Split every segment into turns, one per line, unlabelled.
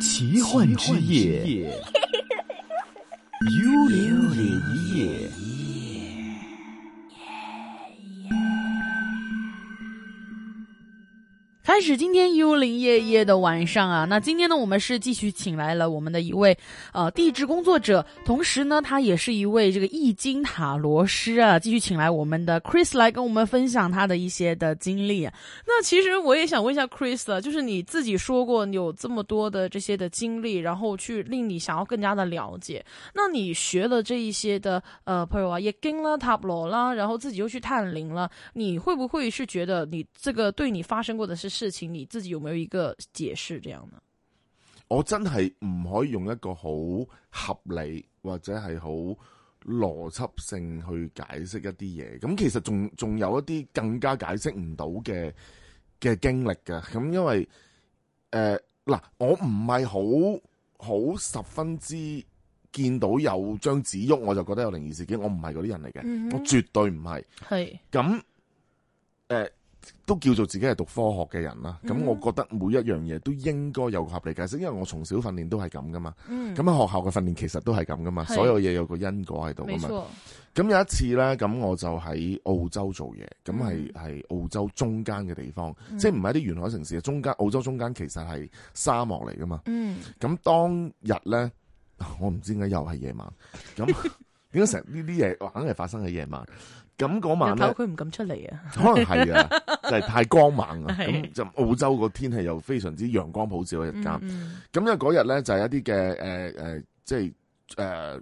奇幻之夜，幽灵夜。
开始今天幽灵夜夜的晚上啊，那今天呢，我们是继续请来了我们的一位呃地质工作者，同时呢，他也是一位这个易经塔罗师啊，继续请来我们的 Chris 来跟我们分享他的一些的经历。那其实我也想问一下 Chris 啊，就是你自己说过你有这么多的这些的经历，然后去令你想要更加的了解。那你学了这一些的呃，譬如啊，易经啦、塔罗啦，然后自己又去探灵了，你会不会是觉得你这个对你发生过的是事情，你自己有没有一个解释这样呢？
我真係唔可以用一個好合理或者係好邏輯性去解釋一啲嘢。咁其實仲仲有一啲更加解釋唔到嘅嘅經歷嘅。咁因為誒嗱、我唔係好好十分之見到有張紙喐我就覺得有靈異事件，我唔係嗰啲人嚟嘅，
嗯哼
我絕對唔係。
系，
咁诶、呃都叫做自己係讀科學嘅人
嗯
啦。咁、我覺得每一樣嘢都應該有個合理解釋，因為我從小訓練都係咁噶嘛。
嗯，
咁喺、學校嘅訓練其實都係咁噶嘛，
係
所有嘢有個因果喺度
没
噶嘛。
错，
咁有一次咧，咁我就喺澳洲做嘢，咁
嗯
係係澳洲中間嘅地方，即係唔係啲沿海城市，啊中間澳洲中間其實係沙漠嚟噶嘛。
嗯，
咁當日咧， 我唔知點解又係夜晚。咁 點解成日呢啲嘢硬係發生喺夜晚？咁嗰晚
日
咧
头。佢唔敢出嚟啊，
可能係 啊，就係太光猛啊。咁
係
就澳洲個天氣又非常之陽光普照嘅日間。
嗯
咁因為嗰日咧就係一啲嘅誒誒，即係誒、呃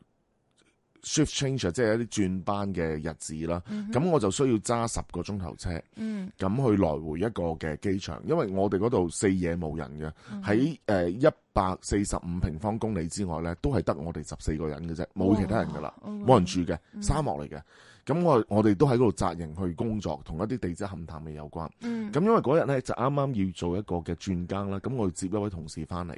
shift change，啊即係一啲轉班嘅日子啦。
嗯
咁、我就需要揸十個鐘頭車，
嗯
咁去來回一個嘅機場，因為我哋嗰度四野無人嘅，
嗯
嗯
喺呃誒一百四十五平方公里之外咧，都係得我哋十四個人嘅啫，冇其他人噶啦。
哦
冇人住嘅沙漠嚟嘅。咁我我哋都喺嗰度紮營去工作，同一啲地質勘探嘅有關。
嗯，
咁因為嗰日咧就啱啱要做一個嘅轉更啦，咁我接一位同事翻嚟，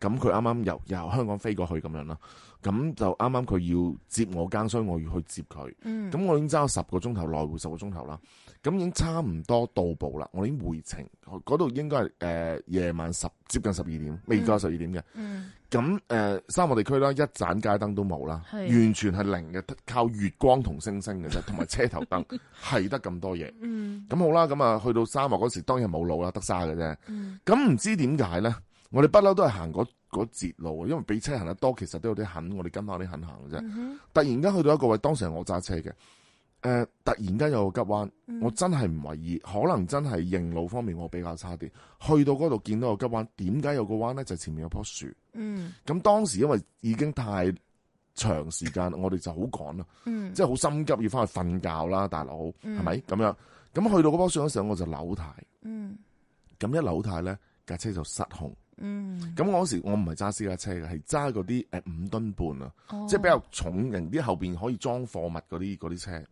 咁佢啱啱由由香港飛過去咁樣啦，咁就啱啱佢要接我更，所以我要去接佢。
嗯，
咁我已經揸咗十個鐘頭來回十個鐘頭啦，咁已經差唔多到步啦，我已經回程，嗰度應該係誒、呃夜晚十接近十二點，未夠十二點嘅。
嗯，
咁誒、呃沙漠地區啦，一盞街燈都冇啦，
係
完全係零嘅，靠月光同星星嘅啫，同埋車頭燈係得咁多嘢。
嗯，
咁好啦，咁啊去到沙漠嗰時，當然冇路啦，得沙嘅啫。
嗯，
咁唔知點解咧，我哋不嬲都係行嗰嗰節路，因為俾車行得多，其實都有啲痕，我哋跟翻啲痕行嘅啫。
嗯
突然間去到一個位，當時係我揸車嘅，誒、突然間有個急彎，
哼
我真係唔為意，可能真係認路方面我比較差啲。去到嗰度見到個急彎，點解有個彎咧？就係前面有棵樹。
嗯
咁當時因為已經太長時間，我哋就好趕啦，
嗯，
即係好心急要翻去瞓覺啦，大佬
嗯
係咪咁樣？咁去到嗰棵樹嗰時候，我就扭軚，
嗯
咁一扭軚咧，架車就失控。
嗯，
咁我嗰時我唔係揸私家車嘅，係揸嗰啲誒五噸半啊，
哦
即係比較重型啲，後邊可以裝貨物嗰啲嗰啲車，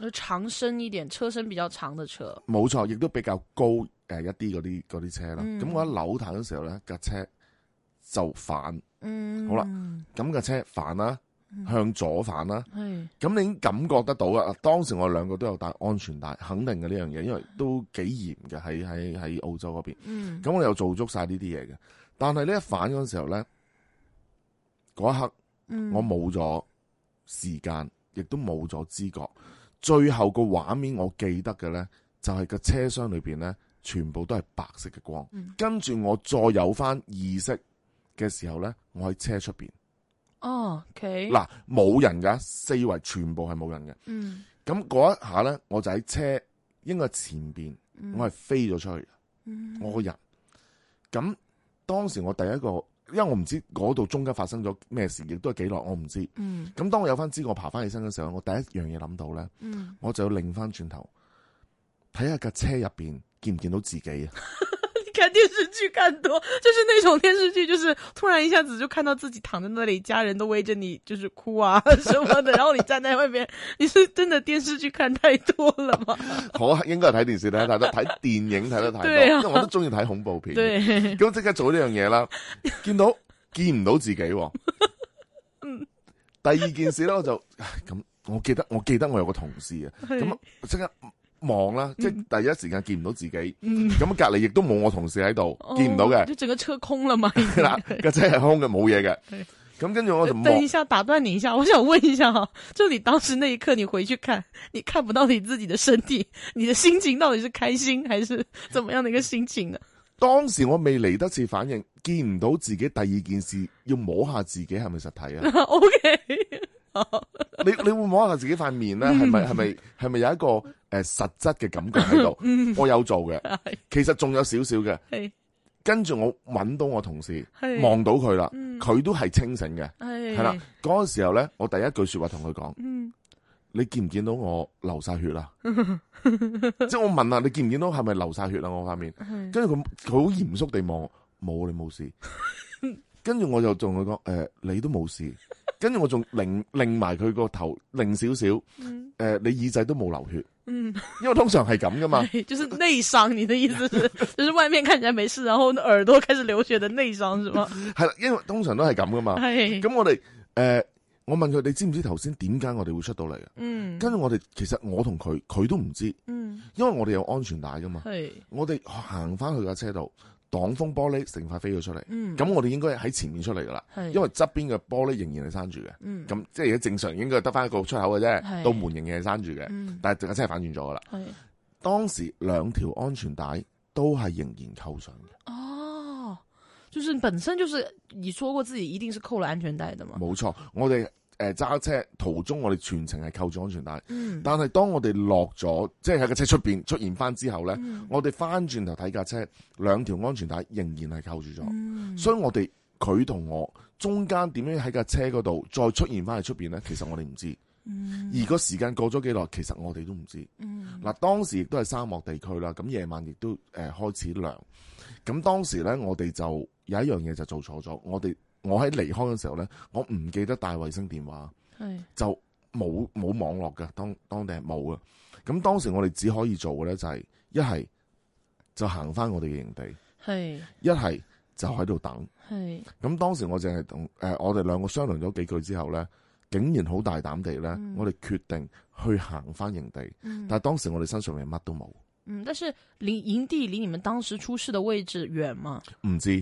就長身一点，车身比较長的车，
冇錯，亦都比較高誒一啲嗰啲嗰啲車啦。
嗯
咁、我一扭軚嗰時候咧，架車就反，
嗯，
好啦咁架車反啦，向左反啦。
系，
咁你已經感覺得到啊啦。當時我兩個都有戴安全帶，肯定嘅呢樣嘢，因為都幾嚴嘅喺喺喺澳洲嗰邊。
嗯，
咁我哋又做足晒呢啲嘢嘅，但係呢一反嗰陣時候咧，嗰一刻
嗯
我冇咗時間，亦都冇咗知覺。最後個畫面我記得嘅咧，就係、個車廂裏邊咧，全部都係白色嘅光。
嗯
跟住我再有翻意識嘅時候咧，我喺車出邊
哦，OK，，
嗱冇人㗎，四圍全部係冇人嘅。
嗯，
咁嗰一下咧，我就喺車應該係前邊，我係飛咗出去，
嗯，
我個人。咁當時我第一個，因為我唔知嗰度中間發生咗咩事，亦都係幾耐，我唔知。
嗯
咁當我有翻知，我爬翻起身嘅時候，我第一樣嘢諗到咧，
嗯，
我就要擰翻轉頭睇下架車入邊見唔見到自 己啊！
你看电视剧看多，就是那种电视剧，就是突然一下子就看到自己躺在那里，家人都围着你，就是哭啊 什么的，然后你站在外面，你是真的电视剧看太多了 吗？
我啊應該係睇電視睇得太多，睇電影睇得太多，
對啊
因為我都中意睇恐怖片。
对，
咁即刻做呢樣嘢啦，見到見唔到自己、喎。第二件事咧，我就唉咁，我記得我記得我有個同事啊，咁即刻望啦，即
嗯
係第一時間見唔到自己，咁隔離亦都冇我同事喺度，見唔到
哦
嘅，
就整个车 空了嘛。已
係
经
啦，架車係空嘅，冇嘢
係
嘅。咁跟住我就望
等一下，打断你一下，我想问一下哈，就你当时那一刻，你回去看，你看不到你自己的身体，你的心情到底是开心还是怎么样的一个心情 呢？
當時我未嚟得切反應，見唔到自己。第二件事要摸下自己係咪實體啊？
OK，
你你會摸下自己塊面咧，係咪係咪係咪有一個诶、實实質嘅感覺喺度？我有做嘅，其實仲有少少嘅。
系
跟住我揾到我同事，
係
望到佢啦，
嗯
嗯
佢都係清醒嘅。
系
係啦，嗰個時候咧，我第一句说話同佢講：
嗯，
你見唔見到我流晒血啦？即系我問啊，你見唔見到係咪流晒血啦？啊我塊面，
係
跟住佢佢好嚴肅地望我，冇你冇 事。跟住我就同佢講：诶、你都冇事。跟住我仲擰擰埋佢個頭，擰少少。
嗯
诶、你耳仔都冇流血，
嗯，
因為通常係咁噶 嘛。
哎就是内伤，你的意 思是，就是外面看起来没事，然后耳朵开始流血的内伤是 吗？哎
係啦，因為通常都係咁噶嘛。
系，
咁我哋诶、誒我問佢：你知唔知頭先點解我哋會出到嚟嘅？
嗯，
跟住我哋其實我同佢，佢都唔知，
嗯，
因為我哋有安全帶噶嘛。
系，
我哋行翻去架車度，擋風玻璃成塊飛咗出嚟。
嗯，
咁我哋應該喺前面出嚟噶啦，
係
因為側邊嘅玻璃仍然係閂住嘅。
嗯，
咁即係而家正常應該得翻一個出口嘅
係
啫，到門仍然係閂住嘅。
嗯，
但係架車係反轉咗噶啦。
系，
當時兩條安全帶都係仍然扣上嘅，
哦，就是本身就是你说过自己一定是扣了安全带的嘛，
冇錯。我哋誒揸車途中，我哋全程係扣住安全帶。
嗯，
但係當我哋落咗，即係喺架車出邊出現翻之後咧，
嗯
我哋翻轉頭睇架車，兩條安全帶仍然係扣住咗。
嗯
所以我哋佢同我中間點樣喺架車嗰度再出現翻喺出邊呢？其實我哋唔知。
嗯
而個時間過咗幾耐，其實我哋都唔知。
嗯
嗱，當時亦都係沙漠地區啦，咁夜晚亦都誒、呃、開始涼。咁當時呢，我哋就有一樣嘢就做錯咗。我哋我喺離開嘅時候呢，我唔記得帶衛星電話，
系，
就冇冇網絡嘅，當當地係冇嘅。咁當時我哋只可以做嘅呢，就係一係就行翻我哋嘅營地，
系，
一係就喺度等。
系，
咁當時我淨係同誒我哋兩個商量咗幾句之後咧，竟然好大膽地咧，
嗯
我哋決定去行翻營地。
嗯
但係當時我哋身上面乜都冇，
嗯，但是离营地离你们当时出事的位置远吗？
唔知。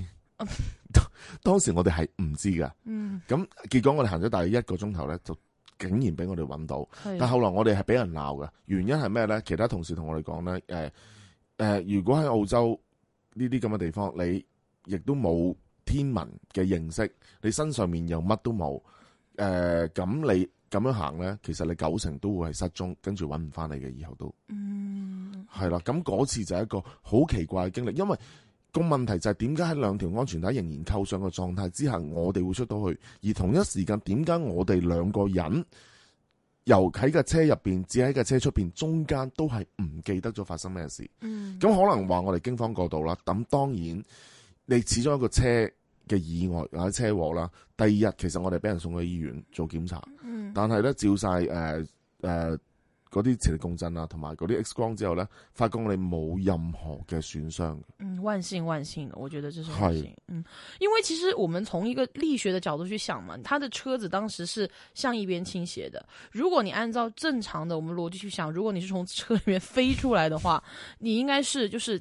當時我哋係唔知噶，
嗯，
咁結果我哋行咗大約一個鐘頭咧，就竟然俾我哋揾到。
系
但後來我哋係俾人鬧嘅，原因係咩咧？其他同事同我哋講咧，誒、呃如果喺澳洲呢啲咁嘅地方，你亦都冇天文嘅認識，你身上面又乜都冇，誒、咁你咁樣行咧，其實你九成都會係失蹤，跟住揾唔翻你嘅，以後都
嗯
係啦。咁嗰次就係一個好奇怪嘅經歷，因為個問題就係點解喺兩條安全帶仍然扣上嘅狀態之下，我哋會出到去，而同一時間點解我哋兩個人由喺架車入邊至喺架車出邊中間都係唔記得咗發生咩事？
嗯
咁可能話我哋驚慌過度啦。咁當然，你始終一個車嘅意外或者車禍啦，第二日其實我哋俾人送去醫院做檢查，
嗯
但係咧照晒誒誒嗰啲磁力共振啊，同埋嗰啲 X 光之後咧，發覺我哋冇任何嘅損傷。
嗯，万幸万幸的，我觉得这是
是
万幸。嗯，因为其实我们从一个力学的角度去想嘛，他的车子当时是向一边倾斜的。如果你按照正常的我们逻辑去想，如果你是从车里面飞出来的话，你应该是就是。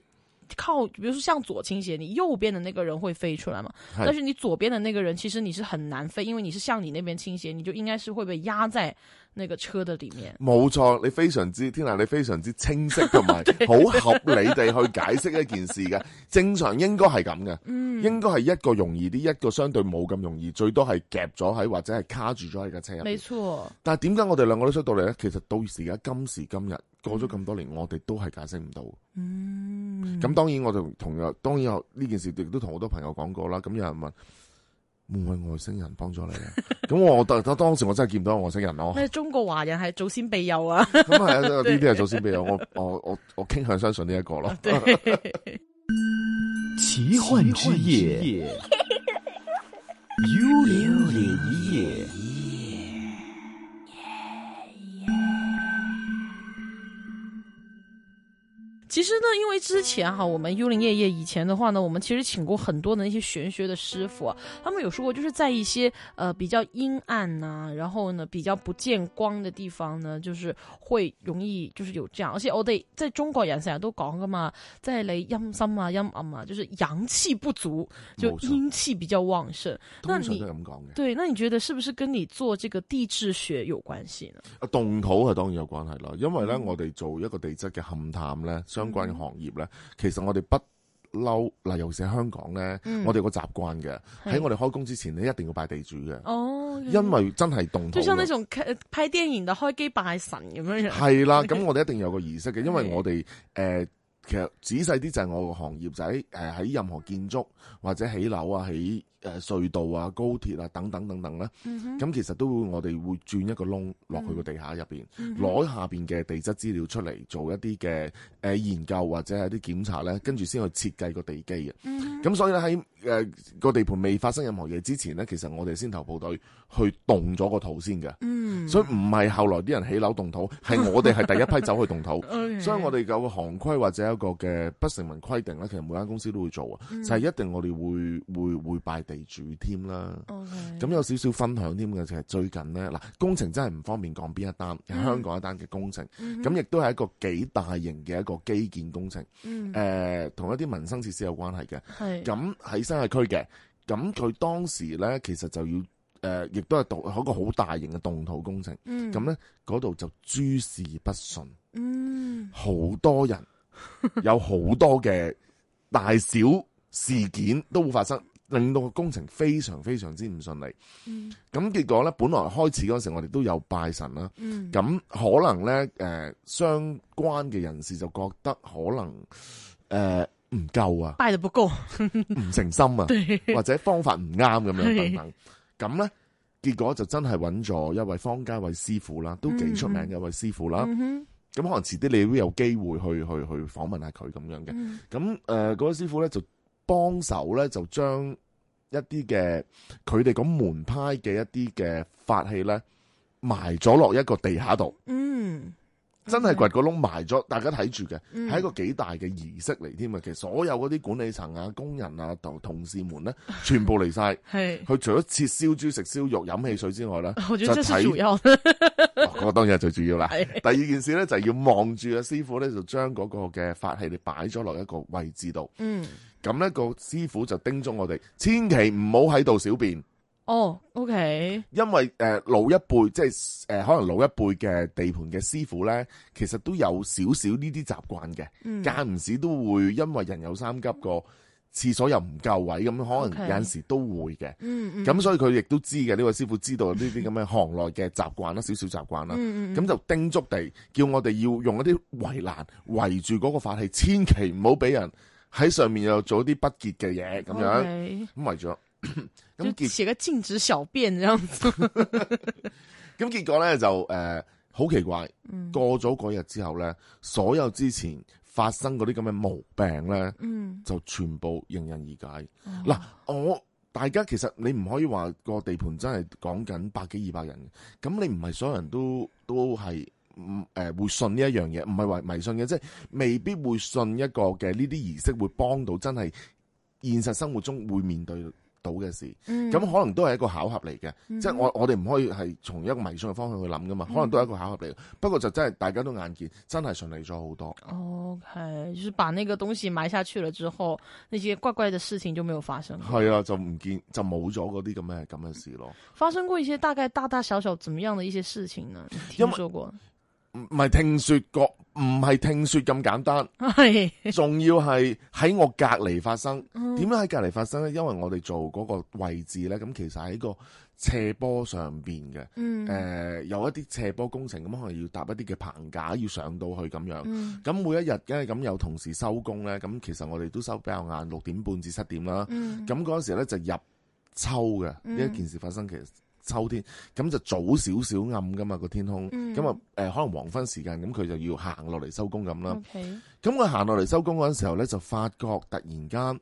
靠，比如说向左倾斜，你右边的那个人会飞出来嘛？
是
但是你左边的那个人，其实你是很难飞，因为你是向你那边倾斜，你就应该是会被压在那个车的里面。
冇錯，你非常之天啊！你非常之清晰同埋好合理地去解釋一件事嘅，正常應該係咁嘅，嗯、應該係一個容易啲，一個相對冇咁容易，最多係夾咗喺或者係卡住咗喺架車入
没
邊。
错，
但係點解我哋兩個都出到嚟呢？其實到而家今時今日過咗咁多年，我哋都係解釋唔到。
嗯，
咁當然我就同有當然有呢件事亦都同好多朋友講過啦。咁有人問會唔會外星人幫咗你 啊？咁我當當時我真係見唔到有外星人咯。
那中國華人係祖先庇佑啊！
咁係啊，呢啲係祖先庇佑，我我我我傾向相信呢一個
啊
咯。
奇幻之夜，幽灵夜。
其实实呢，因为之前哈，我们幽灵夜夜以前的话呢，我们其实请过很多的那些玄学的师傅啊，他们有说过，就是在一些呃比较阴暗呐、然后呢比较不见光的地方呢，就是會容易就是有這樣，而且我哋即係中國人成日都講噶嘛，即係你陰森啊、陰暗啊，就是陽氣不足，就
冇錯
陰氣比較旺盛。那
通常
你
都係咁講嘅。
对，那你覺得是不是跟你做這個地質學有關係呢？
啊，動土係當然有關係啦，因為咧，
嗯
我哋做一個地質嘅勘探咧，相關嘅行業咧，其實我哋不嬲嗱，尤其是香港咧，
嗯
我哋有個習慣嘅，喺
係
我哋開工之前，你一定要拜地主嘅，
哦，
因為真係動土
就
啦。
像那種開拍電影的開機拜神咁樣樣。
係 啦，咁我哋一定有個儀式嘅，因為
係
我哋诶、呃其實仔細啲就係我個行業就喺诶喺任何建築或者起樓啊、起诶、呃隧道啊、高鐵啊等等等等咧，
嗯哼
咁、其實都會我哋會轉一個窿落去個地下入边，
嗯哼
攞、下边嘅地質資料出嚟做一啲嘅诶研究或者係一啲檢查咧，跟住先去設計個地基嘅。
嗯哼
咁所以咧喺诶個地盤未發生任何嘢之前咧，其實我哋先頭部隊去動咗個土先嘅。
嗯，。
所以唔係後來啲人起樓動土，係我哋係第一批走去動土
OK
所以我哋有個行規或者一個嘅不成文規定咧，其實每間公司都會做啊，
嗯
就係一定我哋會會會拜地主添啦。
OK
咁有少少分享添嘅，就係最近呢，嗱工程真係唔方便講邊一單，係香港一單嘅工程，
嗯哼
咁亦都係一個幾大型嘅一個基建工程，
嗯
誒同一啲民生設施有關係嘅。
係
咁喺新界區嘅，咁佢當時呢，其實就要誒，亦都係動一個好大型嘅動土工程。
嗯
咁咧嗰度就諸事不順，
嗯
好多 人有好多嘅大小事件都會發生，令到個工程非常非常之唔順利。
嗯
咁結果咧，本來開始嗰陣時我哋都有拜神啦，
嗯
咁可能咧誒、呃相關嘅人士就覺得可能誒。呃唔夠啊，
拜得不夠，
唔誠心啊，
對，
或者方法唔啱咁樣
係
等等。咁咧，結果就真係揾咗一位方家偉師傅啦，都幾出名嘅一位師傅啦。
嗯哼
咁可能遲啲你都有機會去去去訪問下佢咁樣嘅。
嗯
咁誒嗰位師傅咧就幫手咧就將一啲嘅佢哋咁門派嘅一啲嘅法器咧埋咗落一個地下度，
嗯，
真係掘個窿埋咗，大家睇住嘅。
嗯
係一個幾大嘅儀式嚟添啊！其實所有嗰啲管理層啊、工人啊、同同事們咧， 全部嚟晒。
係，
佢除咗切燒豬、食燒肉、飲汽水之外咧，
我覺得這
就睇
是主要的，
哦嗰、個當然係最主要啦。
係
第二件事咧就係要望住阿師傅咧，就將嗰個嘅法器你擺咗落一個位置度。
嗯
咁咧、個師傅就叮囑我哋，千祈唔好喺度小便，
哦，OK，
因為誒、呃老一輩即係誒、呃可能老一輩嘅地盤嘅師傅咧，其實都有少少呢啲習慣嘅。
嗯
間唔時都會因為人有三急個廁所又唔夠位，咁可能
OK
有陣時都會嘅。
嗯嗯
咁所以佢亦都知嘅，呢位師傅知道呢啲咁嘅行內嘅習慣啦，少少習慣啦。
嗯嗯
咁就叮囑地叫我哋要用一啲圍欄圍住嗰個法器，千祈唔好俾人喺上面又做啲不潔嘅嘢咁樣。
樣。
咁圍 咗，咁
就
結
寫個禁止小便 這樣子，
咁結果咧就誒好、奇怪，
嗯
過咗嗰日之後咧，所有之前發生嗰啲咁嘅毛病咧。
嗯，
就全部迎刃而解。
哦
嗱、我大家其實你唔可以話個地盤真係講緊百幾二百人，咁你唔係所有人都都係唔誒會信呢一樣嘢，唔係話迷信嘅，即係未必會信一個嘅呢啲儀式會幫到真係現實生活中會面對到嘅事。
嗯
咁可能都係一個巧合嚟嘅，
嗯
即係我我哋唔可以係從一個迷信嘅方向去諗噶嘛，可能都係一個巧合嚟嘅。不過就真係大家都眼見，真係順利咗好多。
OK，就是把那個東西埋下去了之後，那些怪怪的事情就沒有發 生了。
係啊，就唔見就冇咗嗰啲咁嘅咁嘅事咯。
发生过一些大概大大小小怎么样的一些事情呢？你
因
听
为
说过？
唔唔係聽說過，唔係聽說咁簡單，
哎，
仲要係喺我隔離發生。
嗯
點樣喺隔離發生呢？因為我哋做嗰個位置呢，咁其實喺個斜坡上邊嘅。
嗯
誒、有一啲斜坡工程，咁可能要搭一啲嘅棚架，要上到去咁樣。
嗯
咁每一日咧，咁有同事收工呢，咁其實我哋都收比較晏，六點半至七點啦。
嗯
咁嗰陣時咧就入秋嘅呢、一件事發生，其實秋天咁就早少少暗噶嘛個天空，
嗯
咁啊誒可能黃昏時間，咁佢就要行落嚟收工咁啦。
嗯，OK，
咁佢行落嚟收工嗰陣時候咧，就發覺突然間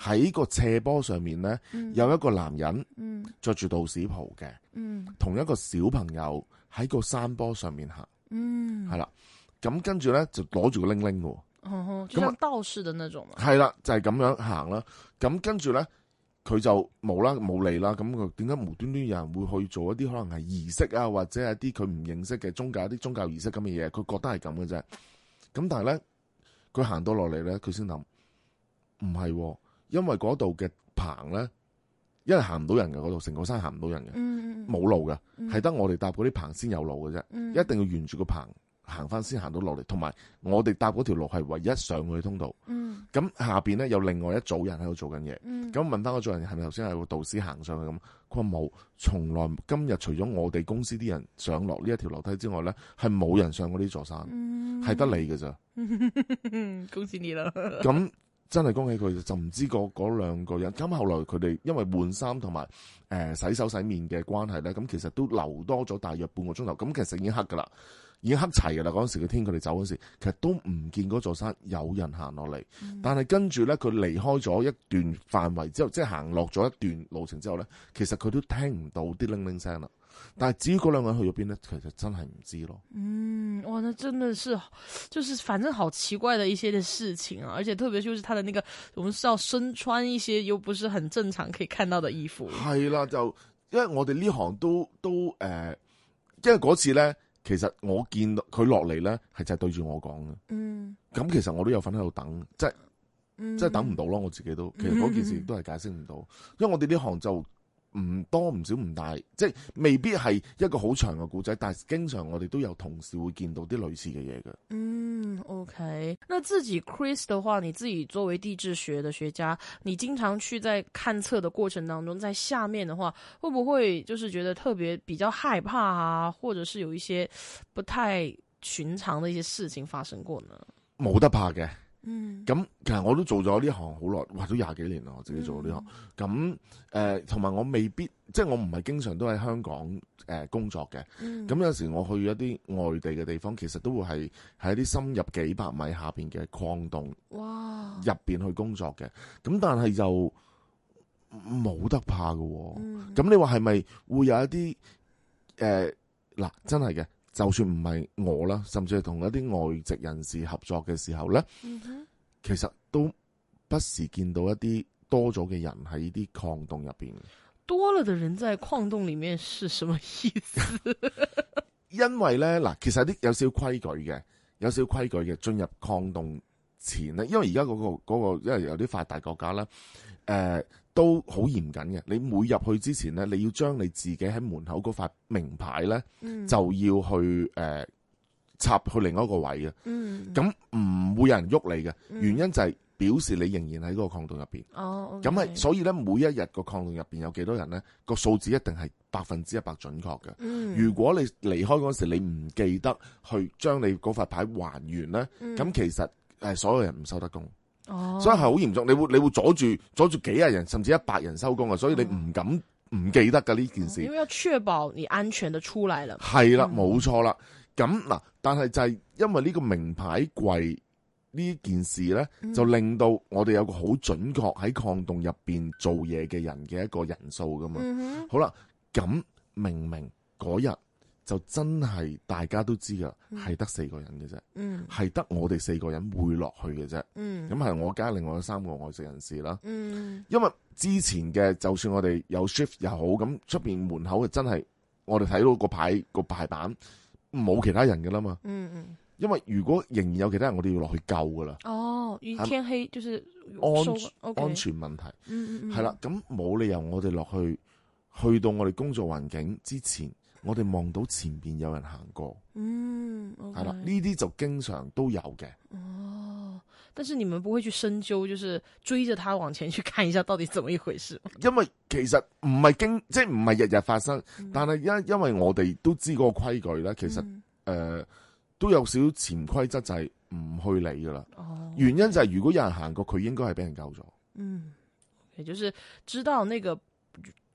喺個斜坡上面咧，
嗯
有一個男人
嗯
着住道士袍嘅，
嗯
同一個小朋友喺個山坡上面行，
嗯，
係啦、咁跟住咧就攞住個鈴鈴喎，
嗯哼，就
咁啊
像道士的那种嘛。
係啦，就係咁樣行啦。咁跟住咧，佢就冇啦，冇理啦。咁佢點解無端端有人會去做一啲可能係儀式啊，或者係一啲佢唔認識嘅宗教一啲宗教儀式咁嘅嘢？佢覺得係咁嘅啫。咁但係咧，佢行到落嚟咧，佢先諗，唔係喎，因為嗰度嘅棚咧，因為行唔到人嘅嗰度，成個山行唔到人嘅，
嗯，
冇路嘅，
嗯
係，得我哋搭嗰啲棚先有路嘅啫。
嗯
一定要沿住個棚行翻先行到落嚟，同埋我哋搭嗰條路係唯一上去嘅通道。
嗯
咁下邊咧有另外一組人喺度做緊嘢。
嗯，
咁問翻嗰組人係咪頭先係個導師行上去咁？佢話冇，從來今日除咗我哋公司啲人上落呢一條樓梯之外咧，係冇人上過呢座山，
嗯
係得、你嘅咋。
嗯，恭喜你了。
咁真係恭喜佢，就唔知嗰嗰兩個人。咁後來佢哋因為換衫同埋誒洗手洗面嘅關係咧，咁其實都留多咗大約半個鐘頭。咁其實已經黑噶啦，已經黑齊噶啦。嗰陣時個天佢哋走嗰時，其實都唔見嗰座山有人行落嚟。但係跟住咧，佢離開咗一段範圍之後，即係行落咗一段路程之後咧，其實佢都聽唔到啲鈴鈴聲啦。但係至於嗰兩個人去咗邊咧，其實真係唔知咯。
嗯，哇，那真的是，就是反正好奇怪的一些的事情啊，而且特别就是他的那个，我们是要身穿一些又不是很正常可以看到的衣服。
係啦，就因為我哋呢行都都诶、呃因為嗰次咧，其實我見到佢落嚟咧，係就係對住我講嘅。
嗯，
咁其實我都有份喺度等，即係
嗯
即系等唔到咯。我自己都其實嗰件事亦都係解釋唔到，因為我哋呢行就唔多唔少唔大，即係未必係一個好長嘅故仔，但係經常我哋都有同事會見到啲類似嘅嘢嘅。
嗯，OK。那自己 Chris 的话，你自己作为地质学的学家，你经常去在勘测的过程当中，在下面的话，会不会就是觉得特别比较害怕啊，或者是有一些不太寻常的一些事情发生过呢？
冇得怕嘅，
嗯，
咁其實我都做咗呢行好耐，哇，都廿幾年啦，我自己做
嗯
呢行。咁誒，同、埋我未必，即係我唔係經常都喺香港誒、呃工作嘅。
嗯，
咁有時我去一啲外地嘅地方，其實都會係喺啲深入幾百米下邊嘅礦洞
哇，
入邊去工作嘅。咁但係就冇得怕嘅喎、
嗯
咁你話係咪會有一啲誒嗱？真係嘅，就算唔係我啦，甚至係同一啲外籍人士合作嘅時候咧，
嗯哼
其實都不時見到一啲多咗嘅人喺啲礦洞入邊。
多了的人在矿洞里面是什么意思？
因為咧嗱，其實有啲有少少規矩嘅，有少少規矩嘅進入礦洞前咧，因為而家嗰個嗰、個，因為有啲發達國家啦，誒、呃都好嚴謹嘅。你每入去之前咧，你要將你自己喺門口嗰塊名牌咧，
嗯
就要去誒、呃插去另外一個位嘅。
嗯
咁唔會有人喐你嘅，
嗯
原因就係表示你仍然喺嗰個礦洞入邊。
哦，
咁係，所以咧，每一日個礦洞入邊有幾多人咧，個數字一定係百分之一百準確嘅。
嗯，
如果你離開嗰時你唔記得去將你嗰塊牌還原咧，咁、其實誒所有人唔收得工，
嗯哦，
所以係好嚴重。你會你會阻住阻住幾廿人甚至一百人收工啊！所以你唔敢唔記得㗎呢件
哦因
事。
为要确保你安全的出来了。
係啦，
嗯
冇錯啦。咁嗱，但係就係因為呢個名牌櫃呢件事咧，
嗯
就令到我哋有個好準確喺礦洞入邊做嘢嘅人嘅一個人數㗎嘛。
嗯哼，
好啦，咁明明嗰日就真係大家都知噶，係得四個人嘅啫，
嗯
係得我哋四個人會落去嘅啫。
嗯
咁係我加另外三個外籍人士啦。
嗯
因為之前嘅就算我哋有 shift 又好，咁出邊門口就真係我哋睇到個牌個牌板冇其他人噶啦嘛。
嗯
因為如果仍然有其他人，我哋要落去救噶啦，
嗯，哦，一
安
天黑就是
安
收，OK，
安，全問題。
嗯嗯嗯，
系啦，咁冇理由我哋落去，去到我哋工作環境之前，我哋望到前边有人行過，
嗯，嗯
係啦，
，OK
呢啲就經常都有嘅，
哦，但是你们不会去深究，就是追着他往前去看一下到底怎么一回事吗？
因為其實唔係經，即系唔係日日發生，但係因因为我哋都知嗰個規矩咧，其實
嗯
诶、呃都有少少潛規則，就係唔去理噶啦。
哦，
原因就係如果有人行過，佢應該係俾人救咗，
嗯，也就是知道那个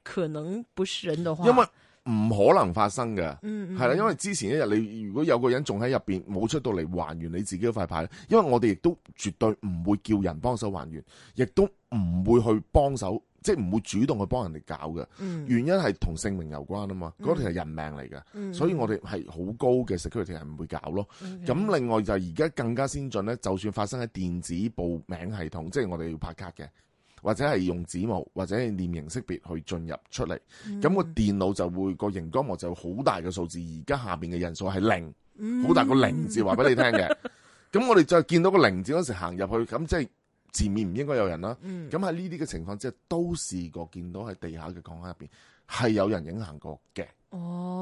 可能不是人的话，
因為唔可能發生嘅。
嗯，嗯
係啦，因為之前一日你如果有個人仲喺入邊冇出到嚟還原你自己嗰塊牌，因為我哋亦都絕對唔會叫人幫手還原，亦都唔會去幫手即係唔會主動去幫人哋搞嘅。
嗯
原因係同性命有關啊嘛，嗰條係人命嚟嘅，
嗯
所以我哋係好高嘅 security 係唔會搞咯。咁、另外就係而家更加先進咧，就算發生喺電子報名系統，即係我哋要拍卡嘅，或者係用指模或者係臉型識別去進入出嚟，
嗯
咁、個電腦就會個熒光幕就好大嘅數字，而家下邊嘅人數係零。
嗯
好大個零字話俾你聽嘅。咁我哋再見到個零字嗰時行入去，咁即係前面唔應該有人啦。
嗯
咁喺呢啲嘅情況之下，都試過見到喺地下嘅鋼坑入邊係有人影行過嘅。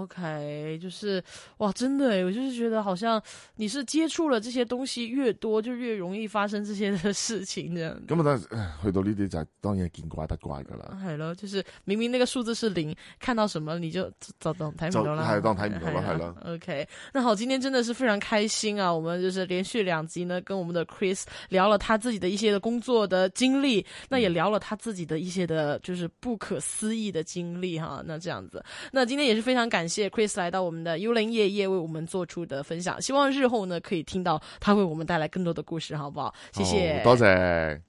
OK，就是哇，真的耶，我就是觉得好像你是接触了这些东西越多，就越容易发生这些的事情这样。
咁啊，當然唉去到呢啲就係當然係見怪不怪噶啦。
系咯，就是明明那个数字是零，看到什么你就就当睇唔到啦，
就係當睇 唔到啦
係
係啦。
OK，那好，今天真的是非常开心啊！我们就是连续两集呢，跟我们的 Chris 聊了他自己的一些的工作的经历，那也聊了他自己的一些的，就是不可思议的经历哈、那这样子，那今天也是非常感谢 Chris 来到我们的幽灵夜夜为我们做出的分享，希望日后呢可以听到他为我们带来更多的故事，好不好？谢谢，
好多謝。